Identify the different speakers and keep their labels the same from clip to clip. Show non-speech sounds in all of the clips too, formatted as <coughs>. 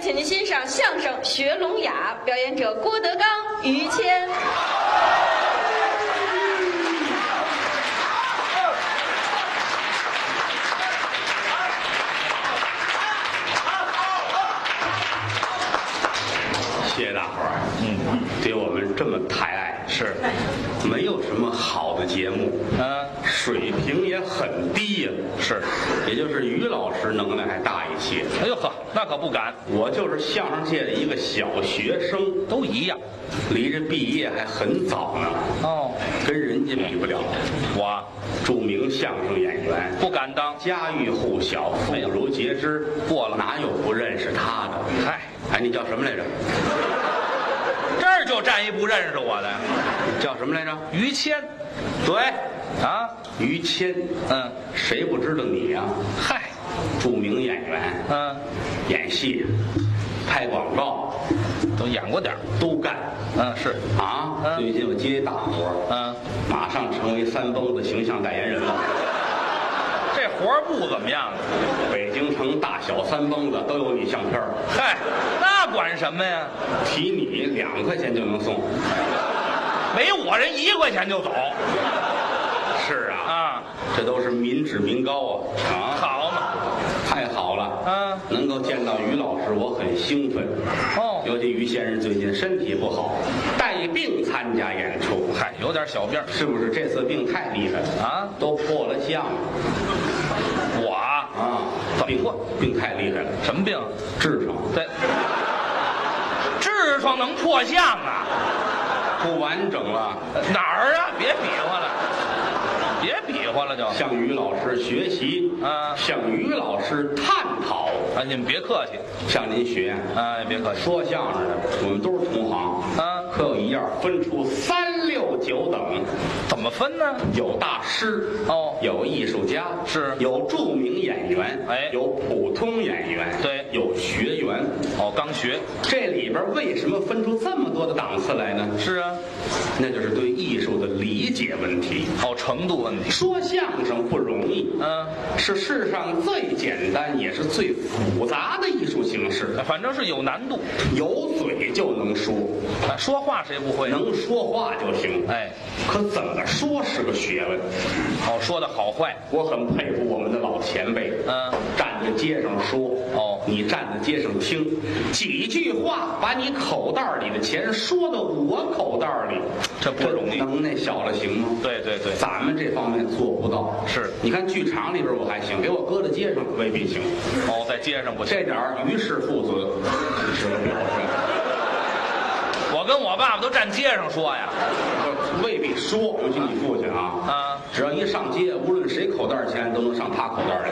Speaker 1: 请您欣赏相声《学聋哑》，表演者郭德纲、于谦。
Speaker 2: 谢谢大伙儿，嗯，对我们这么抬爱是，没有什么好的节目，
Speaker 3: 嗯，
Speaker 2: 水平也很低呀、
Speaker 3: 是。
Speaker 2: 也就是于老师能耐还大一些，
Speaker 3: 哎呦呵，那可不敢，
Speaker 2: 我就是相声界的一个小学生，
Speaker 3: 都一样。
Speaker 2: 离着毕业还很早呢，
Speaker 3: 哦，
Speaker 2: 跟人家比不了。
Speaker 3: 我啊
Speaker 2: 著名相声演员，
Speaker 3: 不敢当。
Speaker 2: 家喻户晓，妇孺皆知，
Speaker 3: 过了
Speaker 2: 哪有不认识他的？
Speaker 3: 嗨，
Speaker 2: 哎，你叫什么来着？
Speaker 3: 这儿就站一不认识我的
Speaker 2: 你叫什么来着？
Speaker 3: 于谦，
Speaker 2: 对，
Speaker 3: 啊，
Speaker 2: 于谦，
Speaker 3: 嗯，
Speaker 2: 谁不知道你呀、
Speaker 3: 嗨，
Speaker 2: 著名演员，
Speaker 3: 嗯，
Speaker 2: 演戏、拍广告
Speaker 3: 都演过点儿，
Speaker 2: 都干
Speaker 3: 嗯，是，
Speaker 2: 啊。
Speaker 3: 嗯
Speaker 2: 最近我接一大活儿，
Speaker 3: 嗯，
Speaker 2: 马上成为三蹦子形象代言人了。
Speaker 3: 这活儿不怎么样。
Speaker 2: 北京城大小三蹦子都有你相片儿，
Speaker 3: 嗨，那管什么呀？
Speaker 2: 提你两块钱就能送。
Speaker 3: 没我人一块钱就走
Speaker 2: 是啊，
Speaker 3: 啊，
Speaker 2: 这都是民脂民膏啊啊！
Speaker 3: 好嘛，
Speaker 2: 太好了，
Speaker 3: 嗯
Speaker 2: 能够见到于老师，我很兴奋。
Speaker 3: 哦
Speaker 2: 尤其于先生最近身体不好，带病参加演出，
Speaker 3: 嗨，有点小病儿
Speaker 2: 是不是？这次病太厉害了，
Speaker 3: 啊，
Speaker 2: 都破了相了。
Speaker 3: 我啊
Speaker 2: 啊，病过，病太厉害了，
Speaker 3: 什么病？啊
Speaker 2: 痔疮
Speaker 3: 对，痔疮能破相啊？
Speaker 2: 不完整了。
Speaker 3: 哪儿啊？别比划了，别比划了就。
Speaker 2: 向于老师学习，
Speaker 3: 啊
Speaker 2: 向于老师探讨，
Speaker 3: 啊，你们别客气，
Speaker 2: 向您学。
Speaker 3: 哎，别客气。
Speaker 2: 说相声的，我们都是同行，
Speaker 3: 啊
Speaker 2: 可有一样分出三六九等，
Speaker 3: 怎么分呢？
Speaker 2: 有大师
Speaker 3: 哦
Speaker 2: 有艺术家
Speaker 3: 是
Speaker 2: 有著名演员，
Speaker 3: 哎
Speaker 2: 有普通演员，
Speaker 3: 对
Speaker 2: 有学员。
Speaker 3: 哦，刚学。
Speaker 2: 这里边为什么分出这么多的档次来呢？
Speaker 3: 是啊。
Speaker 2: 那就是对艺术的理解问题。
Speaker 3: 哦，程度问题。
Speaker 2: 说相声不容易，
Speaker 3: 嗯，
Speaker 2: 是世上最简单也是最复杂的艺术形式。
Speaker 3: 反正是有难度。
Speaker 2: 有嘴就能说，
Speaker 3: 啊说话谁不会？。
Speaker 2: 能说话就行。
Speaker 3: 哎，
Speaker 2: 可怎么说是个学问。
Speaker 3: 哦，说的好坏。
Speaker 2: 我很佩服我们的老前辈，
Speaker 3: 嗯
Speaker 2: 站在街上说，
Speaker 3: 哦
Speaker 2: 你站在街上听，几句话把你口袋里的钱说到我口袋里，
Speaker 3: 这不容易
Speaker 2: 能耐小了行吗？
Speaker 3: 对对对，
Speaker 2: 咱们这方面做不到。
Speaker 3: 是
Speaker 2: 你看剧场里边我还行，给我搁在街上未必行。
Speaker 3: 哦，在街上不行。
Speaker 2: 这点儿于氏父子是个表现，
Speaker 3: 我跟我爸爸都站街上说呀。
Speaker 2: 这未必说，尤其你父亲啊，
Speaker 3: 啊，
Speaker 2: 只要一上街，无论谁口袋儿钱都能上他口袋儿里。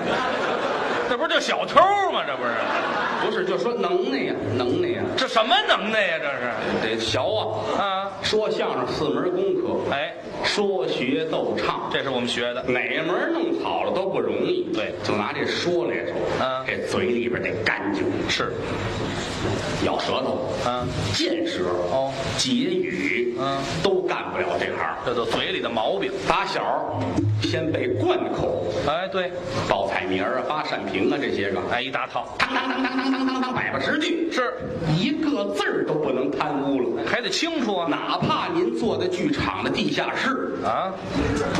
Speaker 3: 这不是就小偷吗？这不是？
Speaker 2: 不是，就说能耐呀，能耐呀，
Speaker 3: 这什么能耐呀？这是？
Speaker 2: 得学啊。
Speaker 3: 啊，
Speaker 2: 说相声四门功课，
Speaker 3: 哎，
Speaker 2: 说学逗唱，
Speaker 3: 这是我们学的。
Speaker 2: 哪门弄好了都不容易。
Speaker 3: 对
Speaker 2: 就拿这说来说，
Speaker 3: 嗯
Speaker 2: 这嘴里边得干净，
Speaker 3: 是。
Speaker 2: 咬舌头，
Speaker 3: 啊，
Speaker 2: 见舌
Speaker 3: 哦，
Speaker 2: 结语，
Speaker 3: 嗯，
Speaker 2: 都干不了这行。
Speaker 3: 这都嘴里的毛病。
Speaker 2: 打小先被灌口，
Speaker 3: 哎，对，
Speaker 2: 报菜名儿啊、发扇屏啊这些个，
Speaker 3: 哎，一大套。
Speaker 2: 当当当当当当当当，百八十句，
Speaker 3: 是，
Speaker 2: 一个字儿都不能贪污了。
Speaker 3: 还得清楚啊。
Speaker 2: 哪怕您坐在剧场的地下室，
Speaker 3: 啊，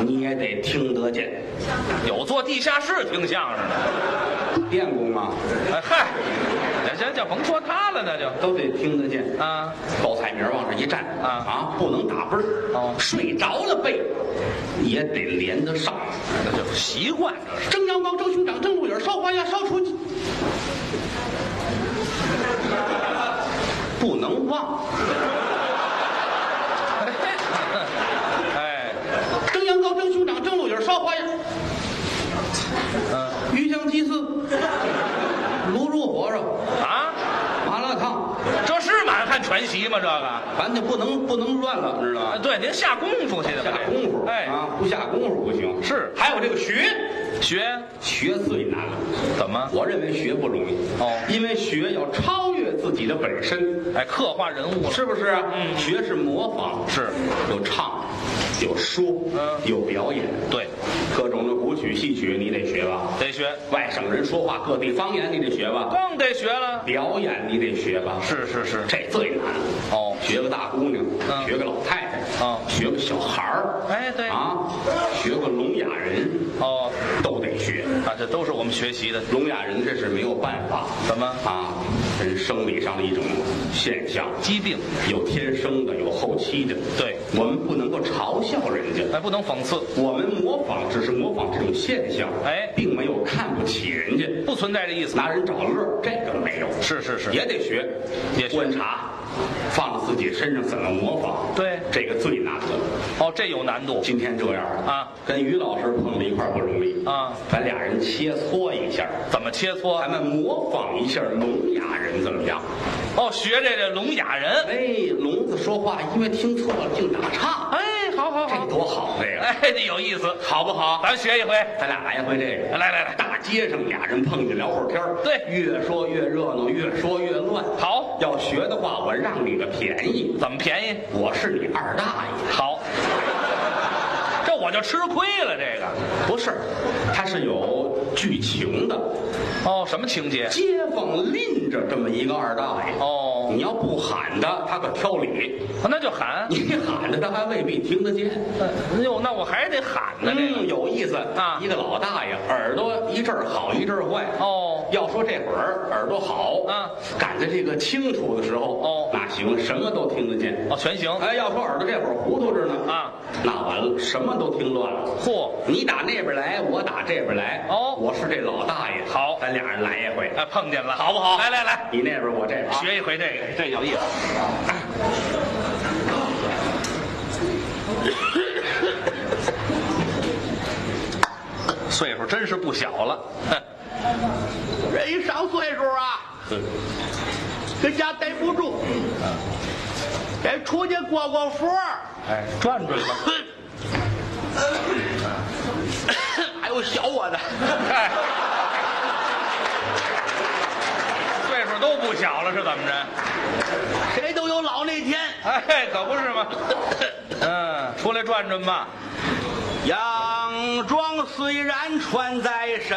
Speaker 2: 你也得听得见。
Speaker 3: 有做地下室听相声的。
Speaker 2: 练过吗？
Speaker 3: 哎嗨，行行行，甭说他了，那就
Speaker 2: 都得听得见。
Speaker 3: 啊，
Speaker 2: 报菜名儿往这一站
Speaker 3: 啊
Speaker 2: 不能打啵儿。
Speaker 3: 哦
Speaker 2: 睡着了背也得连得上。
Speaker 3: 那就习惯这是。
Speaker 2: 蒸羊羔，蒸熊掌，蒸鹿尾儿，烧花鸭，烧雏鸡，不能忘。
Speaker 3: 哎，
Speaker 2: 蒸羊羔，蒸熊掌，蒸鹿尾儿，烧花鸭，
Speaker 3: 嗯
Speaker 2: 鱼香鸡丝，卤呃煮火烧，
Speaker 3: 啊，
Speaker 2: 麻辣烫，
Speaker 3: 这是满汉全席吗？这个？
Speaker 2: 咱就不能不能乱了，知道
Speaker 3: 哎，
Speaker 2: 吗？
Speaker 3: 对，您下功夫去的，
Speaker 2: 下功夫，
Speaker 3: 哎，
Speaker 2: 啊，不下功夫不行。
Speaker 3: 是
Speaker 2: 还有这个学，
Speaker 3: 学
Speaker 2: 学最难了。
Speaker 3: 怎怎么？
Speaker 2: 我认为学不容易
Speaker 3: 哦
Speaker 2: 因为学要超越自己的本身，
Speaker 3: 哎，刻画人物了，
Speaker 2: 是不是啊？学是模仿，
Speaker 3: 嗯是
Speaker 2: 有唱，有说，
Speaker 3: 嗯
Speaker 2: 有表演，
Speaker 3: 对，
Speaker 2: 各种的古曲、戏曲你得学吧，
Speaker 3: 得学，
Speaker 2: 外省人说话各地方言你得学吧，
Speaker 3: 更得学了。
Speaker 2: 表演你得学吧，
Speaker 3: 是是是，
Speaker 2: 这最难。
Speaker 3: 哦，
Speaker 2: 学个大姑娘，
Speaker 3: 嗯
Speaker 2: 学个老太太，
Speaker 3: 嗯
Speaker 2: 学个小孩儿，
Speaker 3: 哎对
Speaker 2: 啊，学个聋哑人
Speaker 3: 哦，
Speaker 2: 都得学。
Speaker 3: 啊，这都是我们学习的。
Speaker 2: 聋哑人这是没有办法，
Speaker 3: 怎么
Speaker 2: 啊？人生理上的一种现象，
Speaker 3: 疾病？
Speaker 2: 有天生的，有后期的。
Speaker 3: 对，
Speaker 2: 我们不能够嘲笑人家，
Speaker 3: 哎，不能讽刺，
Speaker 2: 我们模仿只是模仿这种现象，
Speaker 3: 哎
Speaker 2: 并没有看不起人家，
Speaker 3: 不存在这意思。
Speaker 2: 拿人找乐儿，这个没有。
Speaker 3: 是是是，
Speaker 2: 也得学，
Speaker 3: 也学
Speaker 2: 观察，放在自己身上怎么模仿？
Speaker 3: 对
Speaker 2: 这个最难了。
Speaker 3: 哦，这有难度
Speaker 2: 今天这样
Speaker 3: 啊，
Speaker 2: 跟于老师碰到一块儿不容易，
Speaker 3: 啊。
Speaker 2: 咱俩人切磋一下，
Speaker 3: 怎么切磋
Speaker 2: 咱？们模仿一下聋哑人怎么样？
Speaker 3: 哦，学这这聋哑人。
Speaker 2: 哎，聋子说话因为听错了净打岔，
Speaker 3: 哎，好好
Speaker 2: 这
Speaker 3: 好，
Speaker 2: 多好！这个，
Speaker 3: 哎，这有意思，好不好？咱学一回。
Speaker 2: 咱俩来一回这
Speaker 3: 来
Speaker 2: 个。
Speaker 3: 来来，
Speaker 2: 大街上俩人碰见聊会儿天儿，
Speaker 3: 对
Speaker 2: 越说越热闹，越说越乱。
Speaker 3: 好，
Speaker 2: 要学的话，我让你个便宜，
Speaker 3: 怎么便宜？
Speaker 2: 我是你二大爷。
Speaker 3: 好，这我就吃亏了。这个
Speaker 2: 不是，它是有剧情的。
Speaker 3: 哦，什么情节？
Speaker 2: 街坊拎着这么一个二大爷，
Speaker 3: 哦
Speaker 2: 你要不喊他，他可挑理；
Speaker 3: 那就喊。
Speaker 2: 你喊着，他还未必听得见。
Speaker 3: 哎呦，那我还得喊呢。这
Speaker 2: 嗯，
Speaker 3: 个
Speaker 2: 有意思
Speaker 3: 啊
Speaker 2: 一个老大爷耳朵一阵儿好，一阵儿坏。
Speaker 3: 哦，
Speaker 2: 要说这会儿耳朵好，
Speaker 3: 啊，
Speaker 2: 赶在这个清楚的时候，
Speaker 3: 哦
Speaker 2: 那行，什么都听得见。
Speaker 3: 哦，全行。
Speaker 2: 哎，要说耳朵这会儿糊涂着呢，
Speaker 3: 啊，
Speaker 2: 那完了，什么都听乱了。
Speaker 3: 嚯，
Speaker 2: 你打那边来，我打这边来。
Speaker 3: 哦
Speaker 2: 我是这老大爷。
Speaker 3: 好
Speaker 2: 咱俩人来一回，
Speaker 3: 哎，碰见了，好不好？来来来，
Speaker 2: 你那边我这边。啊
Speaker 3: 学一回这个，这有意思。 <coughs> 岁数真是不小了，哼
Speaker 4: 人一上岁数啊，
Speaker 2: 嗯
Speaker 4: 跟家待不住，得出去过过phố。
Speaker 3: 哎，转转吧。
Speaker 4: 还有小我的，
Speaker 3: 哎，岁数都不小了，是怎么着？
Speaker 4: 谁都有老那天。
Speaker 3: 哎，可不是吗？嗯，出来转转吧。
Speaker 4: 洋装虽然穿在身，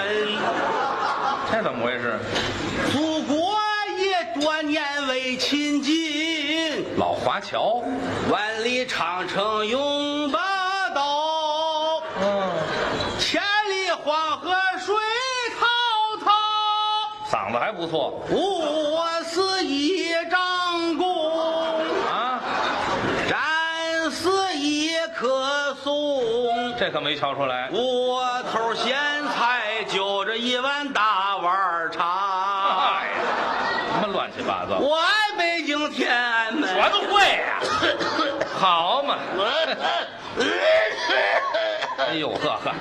Speaker 3: 这怎么回事？
Speaker 4: 祖国也多年未亲近。
Speaker 3: 老华侨，
Speaker 4: 万里长城永不倒，
Speaker 3: 嗯，
Speaker 4: 千里黄河水滔滔。
Speaker 3: 嗓子还不错
Speaker 4: 我是一张弓，
Speaker 3: 啊，
Speaker 4: 战死一棵松。
Speaker 3: 这可没瞧出来。
Speaker 4: 窝头咸菜就着一碗大
Speaker 3: <laughs>
Speaker 4: 碗茶。
Speaker 3: 哎，什么乱七八糟，
Speaker 4: 我爱北京天安门。
Speaker 3: 全会啊！好嘛，哎呦呵呵，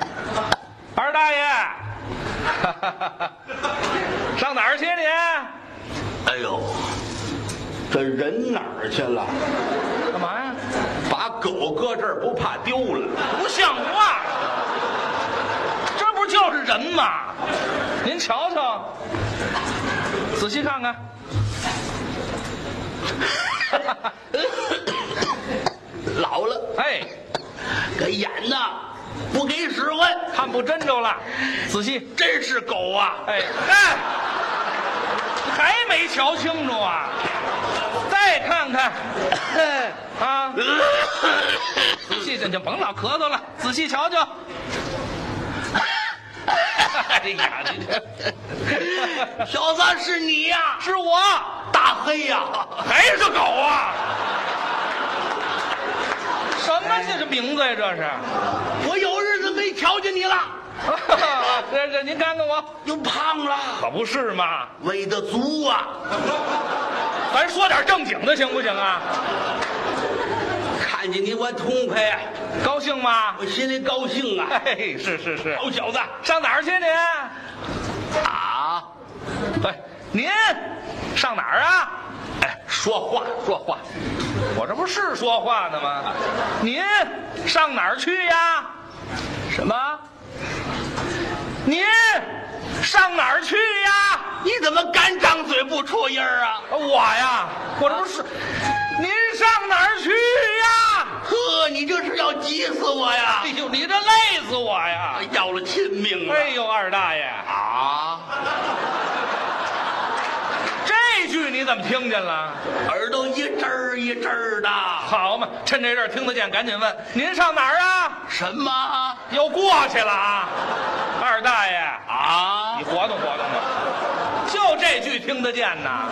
Speaker 3: 二大爷， <laughs> 上哪儿去你？
Speaker 4: 哎呦，这人哪儿去了？
Speaker 3: 干嘛呀？
Speaker 2: 把狗搁这儿不怕丢了？
Speaker 3: 不像话！这不就是人吗？您瞧瞧，仔细看看。
Speaker 4: 老了，
Speaker 3: 哎，
Speaker 4: 给演呐，不给使唤，
Speaker 3: 看不真着了，仔细。
Speaker 4: 真是狗啊！
Speaker 3: 哎，哎，还没瞧清楚啊？再看 <coughs> 看，啊，仔细瞧，就甭老咳嗽了，仔细瞧 <coughs> 瞧。哎呀，你这
Speaker 4: 小子，是你呀、
Speaker 3: 是我，
Speaker 4: 大黑呀、
Speaker 3: 还是狗啊？什么这是名字呀？这是？ <laughs>
Speaker 4: 我有日子没瞧见你了，
Speaker 3: 这这，您看看我，
Speaker 4: 又
Speaker 3: <laughs>
Speaker 4: 胖了，
Speaker 3: 可不是嘛？
Speaker 4: 喂的足啊！
Speaker 3: 咱说点正经的行不行啊？
Speaker 4: 看见你我痛快啊呀、
Speaker 3: 高兴吗？
Speaker 4: 我心里高兴啊！
Speaker 3: 哎，是是是，
Speaker 4: 好小子，
Speaker 3: 上哪儿去您？
Speaker 4: 啊，
Speaker 3: 哎，您上哪儿啊？哎，
Speaker 4: 说话说话，
Speaker 3: 我这不是说话呢吗？您上哪儿去呀？什么？您上哪儿去
Speaker 2: 你怎么干张嘴不出音儿啊？
Speaker 3: 我呀，我这不是，您上哪儿去呀？
Speaker 2: 呵，你这是要急死我呀
Speaker 3: 哎！呦，你这累死我呀！
Speaker 2: 要了亲命了！
Speaker 3: 哎呦，二大爷，
Speaker 2: 啊，
Speaker 3: 这句你怎么听见了？
Speaker 2: 耳朵一阵儿一阵儿的，
Speaker 3: 好嘛，趁这阵儿听得见，赶紧问您上哪儿啊？
Speaker 2: 什么
Speaker 3: 又过去了啊，二大爷，
Speaker 2: 啊
Speaker 3: 你？活动活动吧，就这句听得见呐。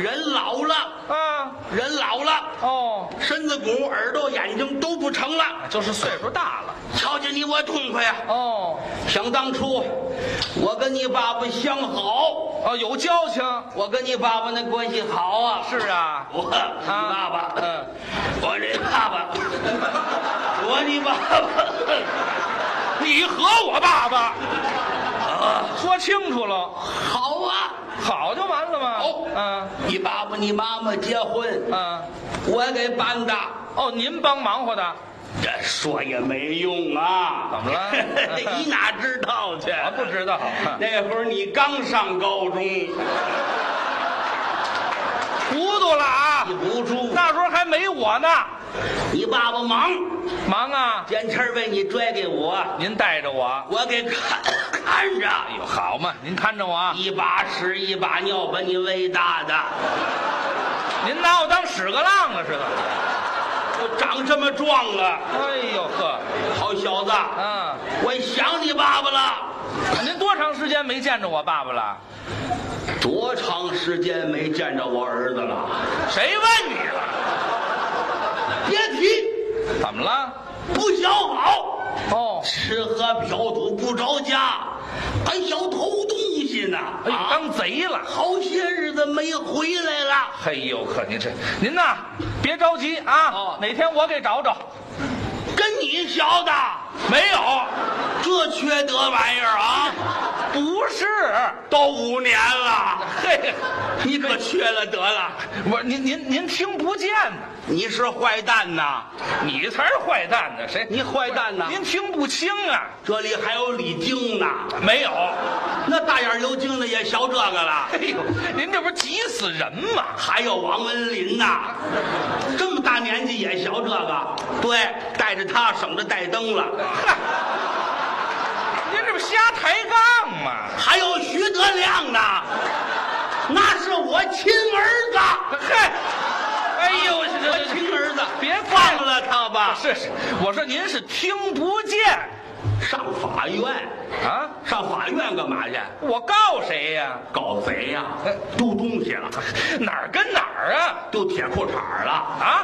Speaker 2: 人老了，
Speaker 3: 啊，
Speaker 2: 人老了，
Speaker 3: 哦，
Speaker 2: 身子骨、耳朵、眼睛都不成了。
Speaker 3: 就是岁数大了。
Speaker 2: 瞧见你我痛快呀、
Speaker 3: 哦，
Speaker 2: 想当初，我跟你爸爸相好，
Speaker 3: 哦，有交情。
Speaker 2: 我跟你爸爸那关系好啊。
Speaker 3: 是啊，
Speaker 2: 我你爸爸，
Speaker 3: 嗯，
Speaker 2: 我这爸爸，我你爸爸
Speaker 3: 你和我爸爸，说清楚了，
Speaker 2: 好啊，
Speaker 3: 好就完了嘛。
Speaker 2: 好，
Speaker 3: 嗯
Speaker 2: 你爸爸你妈妈结婚，
Speaker 3: 嗯，
Speaker 2: 我给办的，
Speaker 3: 哦，您帮忙活的，
Speaker 2: 这说也没用啊，
Speaker 3: 怎么了
Speaker 2: <laughs>
Speaker 3: <laughs>
Speaker 2: 你哪知道去？
Speaker 3: 我哎不知道。
Speaker 2: 那会儿你刚上高中，
Speaker 3: 糊涂了啊
Speaker 2: 记！不住，
Speaker 3: 那时候还没我呢，
Speaker 2: 你爸爸忙，
Speaker 3: 忙啊！
Speaker 2: 天天为你拽给我，
Speaker 3: 您带着我，
Speaker 2: 我给看 <coughs> 看着，哎呦，
Speaker 3: 好嘛，您看着我啊！
Speaker 2: 一把屎一把尿把你喂大的。
Speaker 3: 您拿我当屎壳郎了似的。
Speaker 2: 都长这么壮了，
Speaker 3: 哎呦呵，
Speaker 2: 好小子，
Speaker 3: 嗯，
Speaker 2: 我想你爸爸了。
Speaker 3: 您多长时间没见着我爸爸了？
Speaker 2: 多长时间没见着我儿子了？
Speaker 3: 谁问你了？
Speaker 2: 别提，
Speaker 3: 怎么了？
Speaker 2: 不想好，
Speaker 3: 哦，
Speaker 2: 吃喝嫖赌不着家，还小偷东西呢。
Speaker 3: 哎呦，
Speaker 2: 啊
Speaker 3: 当贼了。
Speaker 2: 好些日子没回来了，
Speaker 3: 嘿呦呵，您这您呐，别着急啊，
Speaker 2: 哦
Speaker 3: 哪天我给找找。
Speaker 2: 跟你学的，
Speaker 3: 没有，
Speaker 2: 这缺德玩意儿啊！
Speaker 3: 不是，
Speaker 2: 都五年了，
Speaker 3: 嘿，
Speaker 2: 你可缺了德了，
Speaker 3: 我您您您听不见呢，
Speaker 2: 你是坏蛋呐！
Speaker 3: 你才是坏蛋呢，谁？
Speaker 2: 你坏蛋呐！
Speaker 3: 您听不清啊？
Speaker 2: 这里还有李菁呢。
Speaker 3: 没有，
Speaker 2: 那大眼刘精的也学这个了，
Speaker 3: 哎呦，您这不是急死人吗？
Speaker 2: 还有王文林呐，这么大年纪也学这个，对，带着他省着带灯了。
Speaker 3: 嗨，您这不瞎抬杠吗？
Speaker 2: 还有徐德亮呢，那是我亲儿
Speaker 3: 嗨，哎呦，
Speaker 2: 子，我
Speaker 3: 这这
Speaker 2: 亲儿子，
Speaker 3: 别看
Speaker 2: 忘了他吧。
Speaker 3: 这是是，我说您是听不见
Speaker 2: 上法院，
Speaker 3: 啊？
Speaker 2: 上法院干嘛去？
Speaker 3: 我告谁呀、
Speaker 2: 搞贼呀、
Speaker 3: 哎
Speaker 2: 丢东西了，
Speaker 3: 哪儿跟哪儿啊？
Speaker 2: 丢铁裤衩了。
Speaker 3: 啊，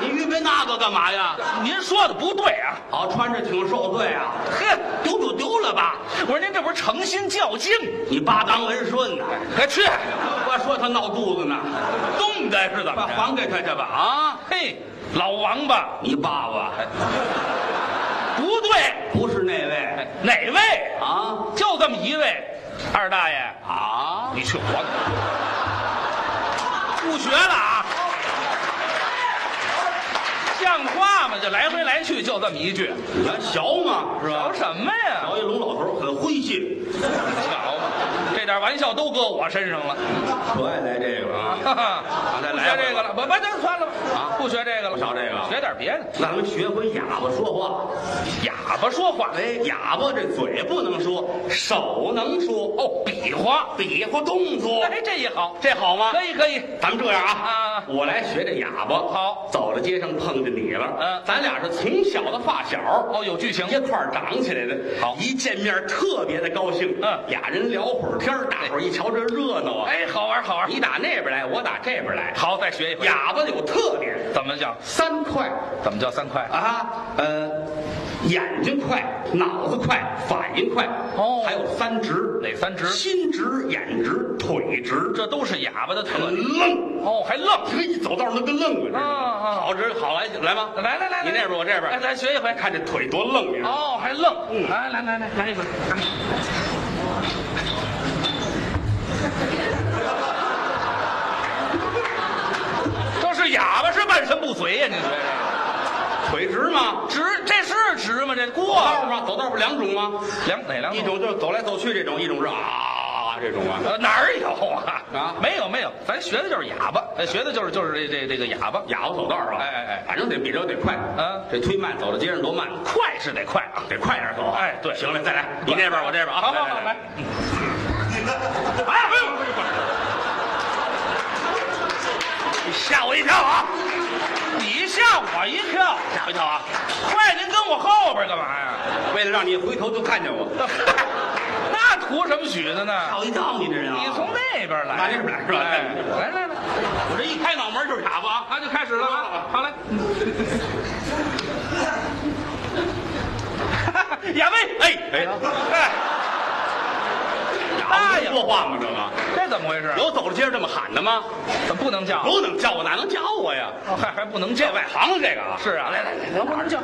Speaker 2: 你预备那个干嘛呀？
Speaker 3: 您说的不对啊！
Speaker 2: 好，穿着挺受罪啊，
Speaker 3: 哼，
Speaker 2: 丢就丢了吧。
Speaker 3: 我说您这不是诚心较劲？
Speaker 2: 你爸当文顺呢、
Speaker 3: 快去，
Speaker 2: 我说他闹肚子呢，
Speaker 3: 冻的是怎
Speaker 2: 把
Speaker 3: 么
Speaker 2: 还
Speaker 3: 着？
Speaker 2: 给他去吧啊！
Speaker 3: 嘿，老王八
Speaker 2: 你爸爸
Speaker 3: 不对，
Speaker 2: 不是那位
Speaker 3: 哪位？
Speaker 2: 啊
Speaker 3: 就这么一位，二大爷，
Speaker 2: 啊！
Speaker 3: 你去活的，不学了啊！像话吗？这来回来去就这么一句，
Speaker 2: 你看学嘛是吧
Speaker 3: 聊？什么呀？
Speaker 2: 小一龙老头很诙谐，
Speaker 3: 巧嘛，这点玩笑都搁我身上了。
Speaker 2: 可爱来这个啊！
Speaker 3: 哈哈，
Speaker 2: 再
Speaker 3: 不
Speaker 2: 来
Speaker 3: 学
Speaker 2: 一回
Speaker 3: 这个了，不不，那算了吧，啊，不学这个了，
Speaker 2: 不学这个了
Speaker 3: 学点别的。
Speaker 2: 咱们学会哑巴说话。
Speaker 3: 哑巴说话，
Speaker 2: 哎，哑巴这嘴不能说，手能说哦，
Speaker 3: 比划，
Speaker 2: 比划动作，
Speaker 3: 哎，这也好，
Speaker 2: 这好吗？
Speaker 3: 可以可以，
Speaker 2: 咱们这样啊
Speaker 3: 啊，
Speaker 2: 我来学这哑巴。
Speaker 3: 好
Speaker 2: 走到街上碰见你了，
Speaker 3: 嗯
Speaker 2: 咱俩是从小的发小，
Speaker 3: 哦，有剧情，
Speaker 2: 一块儿长起来的。
Speaker 3: 好
Speaker 2: 一见面特别的高兴。
Speaker 3: 嗯
Speaker 2: 俩人聊会儿天儿，大伙儿一瞧这热闹啊。
Speaker 3: 哎，好玩好玩
Speaker 2: 你，打那边来，我打这边来。
Speaker 3: 好，再学一回。
Speaker 2: 哑巴有特点，
Speaker 3: 怎么讲？
Speaker 2: 三快
Speaker 3: 怎么叫三块？
Speaker 2: 啊，呃，眼睛快，脑子快，反应快。
Speaker 3: 哦
Speaker 2: 还有三直，
Speaker 3: 哪三直
Speaker 2: 心直、眼直、腿直，
Speaker 3: 这都是哑巴的特
Speaker 2: 很
Speaker 3: 点。
Speaker 2: 愣。
Speaker 3: 哦，还愣。
Speaker 2: 这一走道儿能跟愣了似的。
Speaker 3: 啊啊
Speaker 2: 好，这好来来吧，
Speaker 3: 来来来，
Speaker 2: 你那边我这边
Speaker 3: 哎，咱学一回。
Speaker 2: 看这腿多愣呀！
Speaker 3: 哦，还愣。来来来来，来 <laughs> 一回。这是哑巴是半身不遂呀？你说
Speaker 2: 腿直吗？
Speaker 3: 直这是直吗？这过
Speaker 2: 走道儿吗？走道儿不两种吗？
Speaker 3: 两哪两
Speaker 2: 一种就是走来走去这种，一种是啊这种啊？ <laughs>
Speaker 3: 呃，哪儿有啊？
Speaker 2: 啊
Speaker 3: 没有没有，咱学的就是哑巴，呃学的就是就是这这这个哑巴，
Speaker 2: 哑巴走道是吧？
Speaker 3: 哎哎哎
Speaker 2: 反正得比这得快。
Speaker 3: 嗯
Speaker 2: 这忒慢走到街上多慢，
Speaker 3: 快是得快啊！
Speaker 2: 得快点走啊。
Speaker 3: 哎对
Speaker 2: 行了，再来，你这边我这边啊。
Speaker 3: 好好好，来。
Speaker 2: 哎，不用不用，你吓我一跳啊！
Speaker 3: 你吓我一跳，
Speaker 2: 吓我一跳啊！
Speaker 3: 快您跟我后边干嘛呀？
Speaker 2: 为了让你回头就看见我，
Speaker 3: 那图什么许的
Speaker 2: 吓
Speaker 3: 呢？
Speaker 2: 我一跳，你这人啊！
Speaker 3: 你从那边来，
Speaker 2: 拿这边来是吧
Speaker 3: 哎来来来，
Speaker 2: 我这一开脑门就是哑巴啊！
Speaker 3: 那就开始了，来，好嘞。
Speaker 2: <laughs>
Speaker 3: 亚威，
Speaker 2: 哎哎，
Speaker 3: 哎，
Speaker 2: 哑巴说话吗？这个
Speaker 3: 这怎么回事？
Speaker 2: 有走着街上这么喊的吗？
Speaker 3: 怎么不能叫？
Speaker 2: 有能叫我，哪能叫我呀？
Speaker 3: 哦还还不能
Speaker 2: 这
Speaker 3: 叫？
Speaker 2: 外行这个啊，
Speaker 3: 是啊，来来来，能不能叫？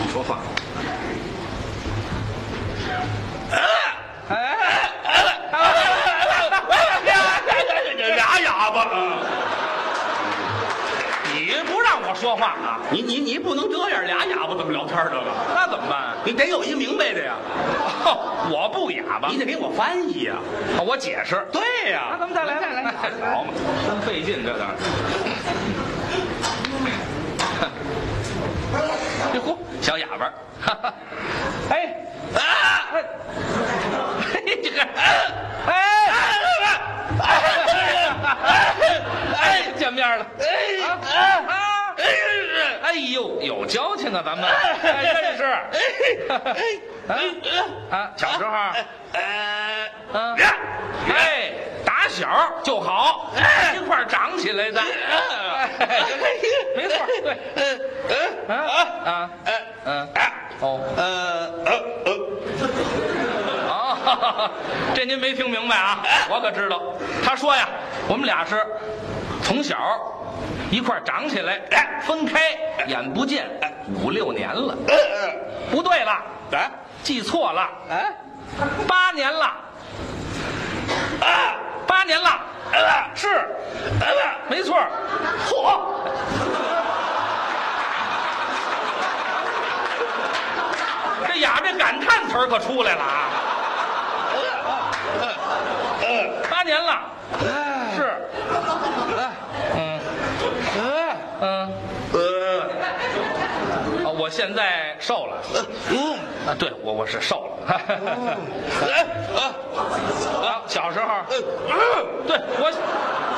Speaker 2: 你说话。 <laughs> 俩哑巴，嗯，
Speaker 3: 你不让我说话啊？
Speaker 2: 你你你不能这样，俩哑巴怎么聊天儿这个？
Speaker 3: 那怎么办？
Speaker 2: 你得有一明白的呀， <laughs>
Speaker 3: 哦我不哑巴
Speaker 2: 你，得给我翻译呀。
Speaker 3: 我解释。
Speaker 2: 对呀
Speaker 3: 啊那咱们再来，再来，好嘛，真费劲，这当然。哟嚯，小哑巴儿，哈哈，哎，啊，嘿，这个，哎，哎，见面了，哎，啊，哎呦，有交情啊，咱们，哎，真是，哎啊，啊，小时候，嗯，哎，打小就好，一块儿长起来的，哎没错，对，啊啊，嗯，哦，
Speaker 2: 呃
Speaker 3: 哦， <laughs> 这您没听明白啊？我可知道，他说呀，我们俩是从小一块儿长起来，分开眼不见五六年了，
Speaker 2: 呃
Speaker 3: 不对了，
Speaker 2: 哎，
Speaker 3: 记错了，哎，八年了，八年了，是，没错，嚯！这哑这感叹词儿可出来了啊！八年了，是，嗯，嗯，啊，我现在瘦了，啊，对我我是瘦了， <laughs> 啊，小时候，对我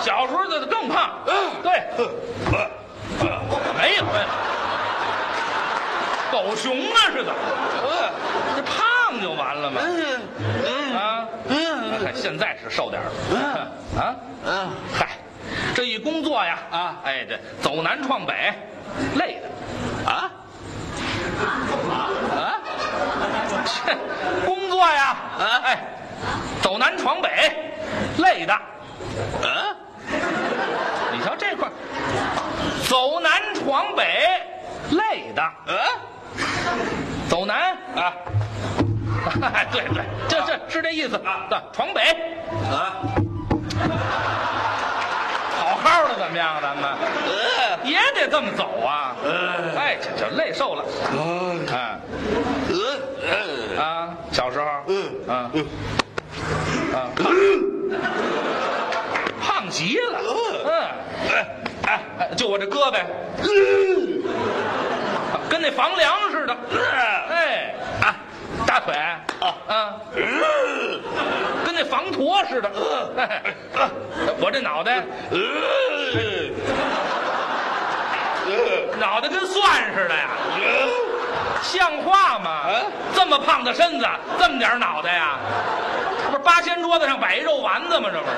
Speaker 3: 小时候的更胖，对，没有没有，狗熊啊是怎么？这胖就完了嘛，啊，嗨，现在是瘦点儿了，啊，嗨，这一工作呀，啊，哎，这走南闯北，累的。
Speaker 2: 啊，
Speaker 3: 啊，切工作呀，哎，走南闯北，累的。嗯，你瞧这块儿，走南闯北，累的。嗯，
Speaker 2: 呃
Speaker 3: 走南啊。 <laughs> 对对，这这是这意思啊。对，闯北，
Speaker 2: 啊，
Speaker 3: 好好的怎么样啊？咱们也得这么走啊。哎，这这累瘦了。哎。啊，小时候，嗯啊，啊，胖极了，嗯，哎哎，就我这胳膊，跟那房梁似的，哎啊，大腿，啊，跟那防驼似的，哎啊 <laughs> 我这脑袋，脑袋跟蒜似的呀。像话吗？这么胖的身子，这么点儿脑袋呀？不是八仙桌子上摆一肉丸子吗？这不是？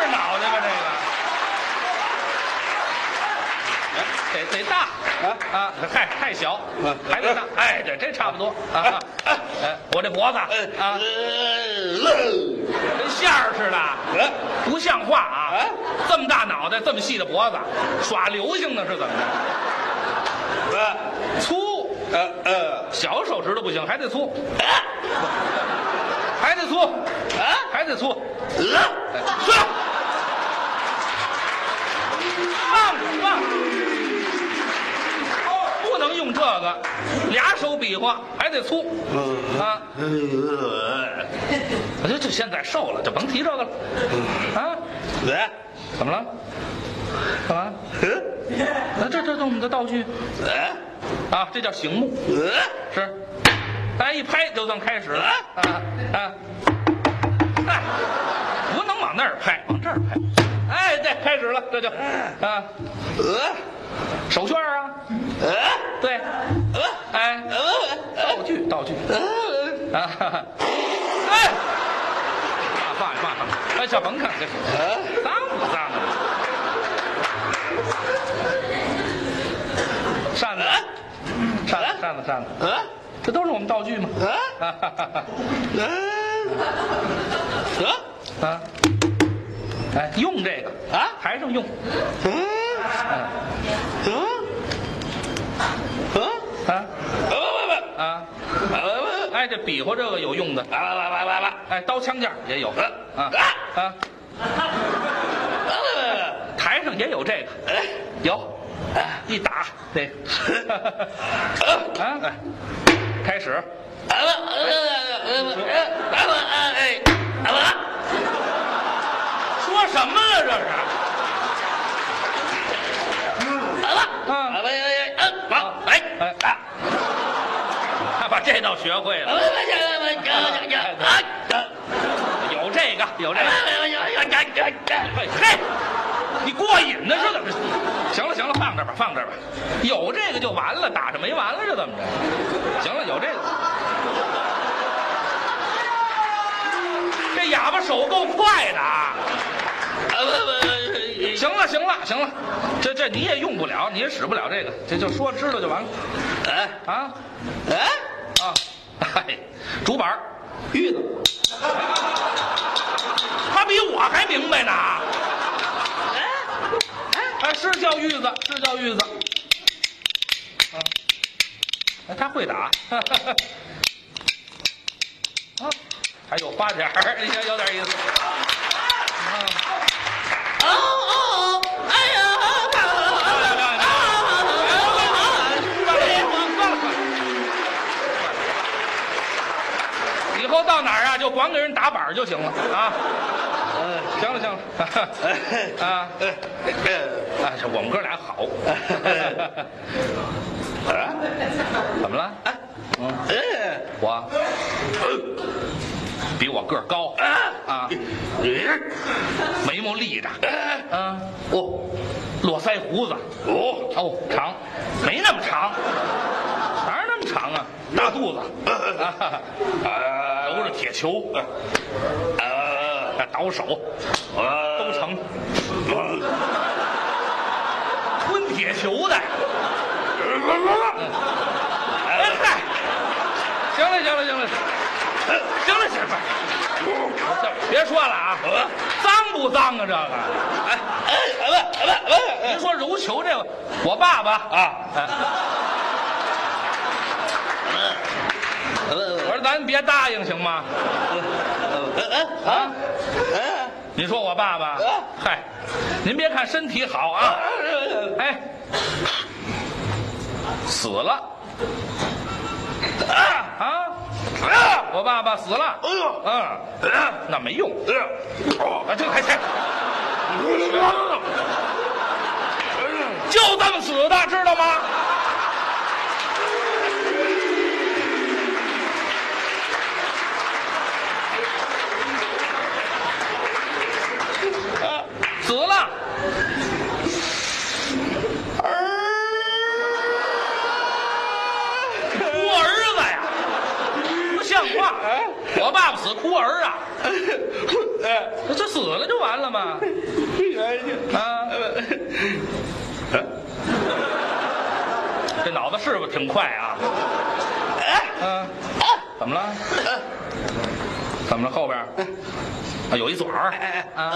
Speaker 3: 是脑袋吗？这个？得得大啊啊！太太小，还得大。哎，对，这差不多啊。哎，我这脖子啊，跟线儿似的，不像话啊！这么大脑袋，这么细的脖子，耍流星呢是怎么着？粗，小手指头不行，还得粗，哎还得粗，哎还得粗，是。哦放放，不能用弄这个，俩手比划还得粗
Speaker 2: 嗯
Speaker 3: 啊！我说这现在瘦了，就甭提这个了啊！
Speaker 2: 来，
Speaker 3: 怎么了？干嘛？
Speaker 2: 嗯，
Speaker 3: 那这这是我们的道具
Speaker 2: 来，
Speaker 3: 啊，这叫醒目，
Speaker 2: 嗯，
Speaker 3: 是，大家一拍就算开始了啊啊！哎，不能往那儿拍，往这儿拍。哎，对，开始了，这就啊，手绢儿啊，对，哎，道具道具啊，哈哈哎，啊，放下放下，哎，小甭看这脏不脏啊？扇子，扇子，扇子，扇子，这都是我们道具吗？
Speaker 2: 呃
Speaker 3: 啊哈哈哈 <laughs> 啊！哎，用这个
Speaker 2: 啊
Speaker 3: 还是用，嗯啊啊！哎，这比划这个有用的，哎，刀枪剑儿也有啊啊！台上也有这个，有，一打这个，啊，哎开始，说什么了这是？啊，哎啊！他把这倒学会了，哎啊有这个，有这个。哎嘿，你过瘾呢是怎么着？行了行了，放这儿吧，放这儿吧。有这个就完了，打着没完了是怎么着？行了，有这个。这哑巴手够快的啊！ <laughs> 行了行了行了，这这你也用不了，你也使不了这个，这就说知道就完了啊啊！哎，竹板儿玉子，他比我还明白呢。哎，是叫玉子，是叫玉子。啊，哎，他会 <laughs> 打。啊，还有花点儿， <laughs> 你瞧有点意思。啊，算了算 <laughs> 了，以后到哪儿啊，就光给人打板儿就行了啊。行了行 <laughs> 了，啊，哎，这我们哥俩 <laughs> 好。啊怎么了？我比我个儿高啊，眉毛立 <laughs> 着，啊，哦，络腮胡子，哦哦，长，没那么 <laughs> 长，哪儿那么长啊？大肚 <laughs> 子，啊，揉着铁球，啊，倒 <laughs> 手，都成， <laughs> 吞铁球的，哎嗨，行了行了行了，行了行了。别说了啊，脏不脏啊？这个，哎，您说揉球这个，我爸爸啊，哎我说咱别答应行吗？啊，您说我爸爸，嗨，您别看身体好啊，哎，死了，啊啊，我爸爸死了，嗯，那没用，啊，这个还行。就这么死的，知道吗？啊死了，哭儿子呀，不像话！我爸爸死哭儿啊，这死了就完了吗？啊， <laughs> 这脑子是不是挺快啊？嗯、怎么了？怎么了？后边儿啊，有一嘴儿，啊，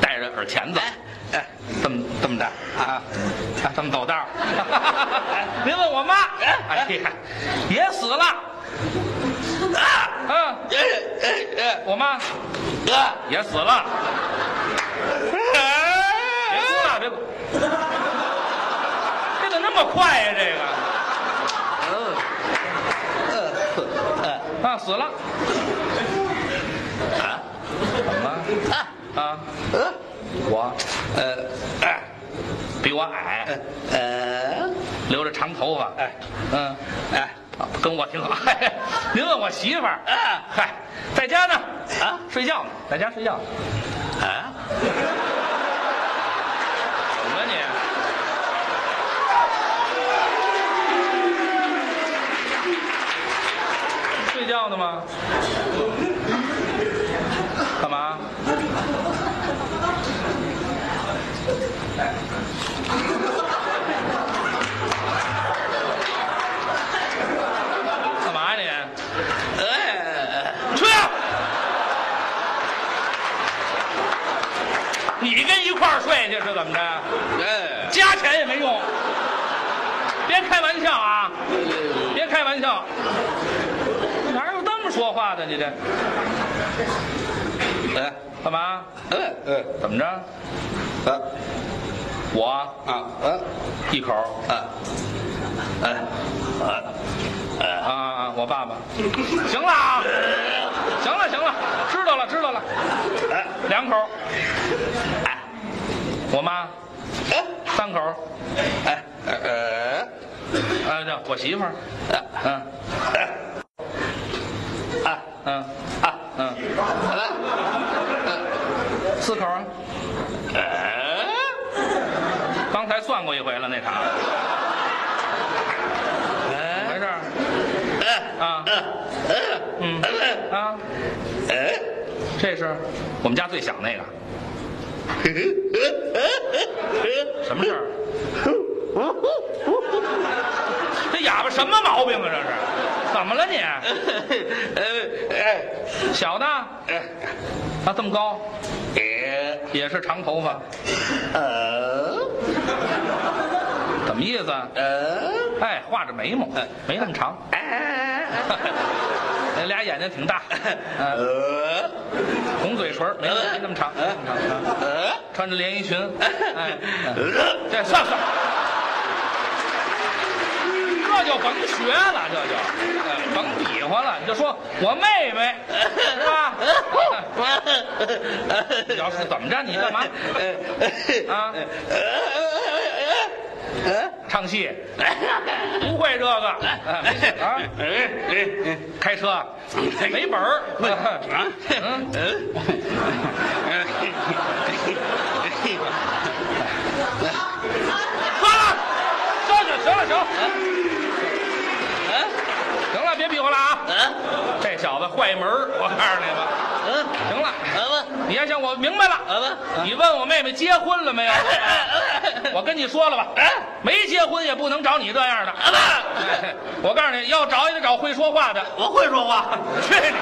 Speaker 3: 戴着耳钳子，这么这么着啊，啊这么走道儿。 <laughs> 您问我妈，哎呀，也死了，啊，哎我妈也死了，哎 <laughs> 别哭了，别哭，这怎么那么快呀、这个嗯啊，死了。怎么了？啊，
Speaker 4: 嗯，
Speaker 3: 我，呃，哎比我矮，
Speaker 4: 呃，
Speaker 3: 留着长头发，
Speaker 4: 哎，
Speaker 3: 嗯，
Speaker 4: 哎，
Speaker 3: 跟我挺好。嘿您问我媳妇儿，嗨，在家呢，
Speaker 4: 啊
Speaker 3: 睡觉呢，在家睡觉呢。
Speaker 4: 啊，
Speaker 3: 怎么你？啊睡觉呢吗？干嘛？干嘛呀你？
Speaker 4: 哎，
Speaker 3: 去！你跟一块儿睡去是怎么着？
Speaker 4: 哎，
Speaker 3: 加钱也没用，别开玩笑啊！
Speaker 4: 嗯
Speaker 3: 别开玩笑，哪有这么说话的？你这
Speaker 4: 哎，
Speaker 3: 干嘛？
Speaker 4: 哎，哎，
Speaker 3: 怎么着？
Speaker 4: 啊，
Speaker 3: 我
Speaker 4: 啊，啊，
Speaker 3: 一口
Speaker 4: 啊，哎，
Speaker 3: 啊，我爸爸。行了
Speaker 4: <laughs>
Speaker 3: 啊，行了行了，知道了知道了，两口，我妈三口，
Speaker 4: 哎，哎，
Speaker 3: 啊，对，我媳妇儿，嗯，嗯啊嗯，四口啊。刚才算过一回了那场，怎么回事儿？啊，嗯啊，这是我们家最小那个，什么事儿？这哑巴什么毛病啊？这是怎么了你？小的啊，这么高，也是长头发，怎么意思啊？哎，画着眉毛，没那么长，那 <laughs> 俩眼睛挺大，嗯，红嘴唇，没没那么长，没那么长。啊穿着连衣裙，哎，这算算，这就甭学了，这就，哎甭比划了，你就说我妹妹是吧？你要是怎么着，你干嘛啊？唱戏？不会这个哎没事啊？开车 <laughs> 没本儿？嗯，好了，这就行了，行了，嗯哎行了，别比划了啊！这小子坏门儿我告诉你吧，行了。你还想我明白了？ <laughs> 你问我妹妹结婚了没有？我跟你说了吧，没结婚也不能找 <laughs> 你这样的。我告诉你要找也得找会说话的。
Speaker 4: 我会说话。
Speaker 3: <laughs> 去你！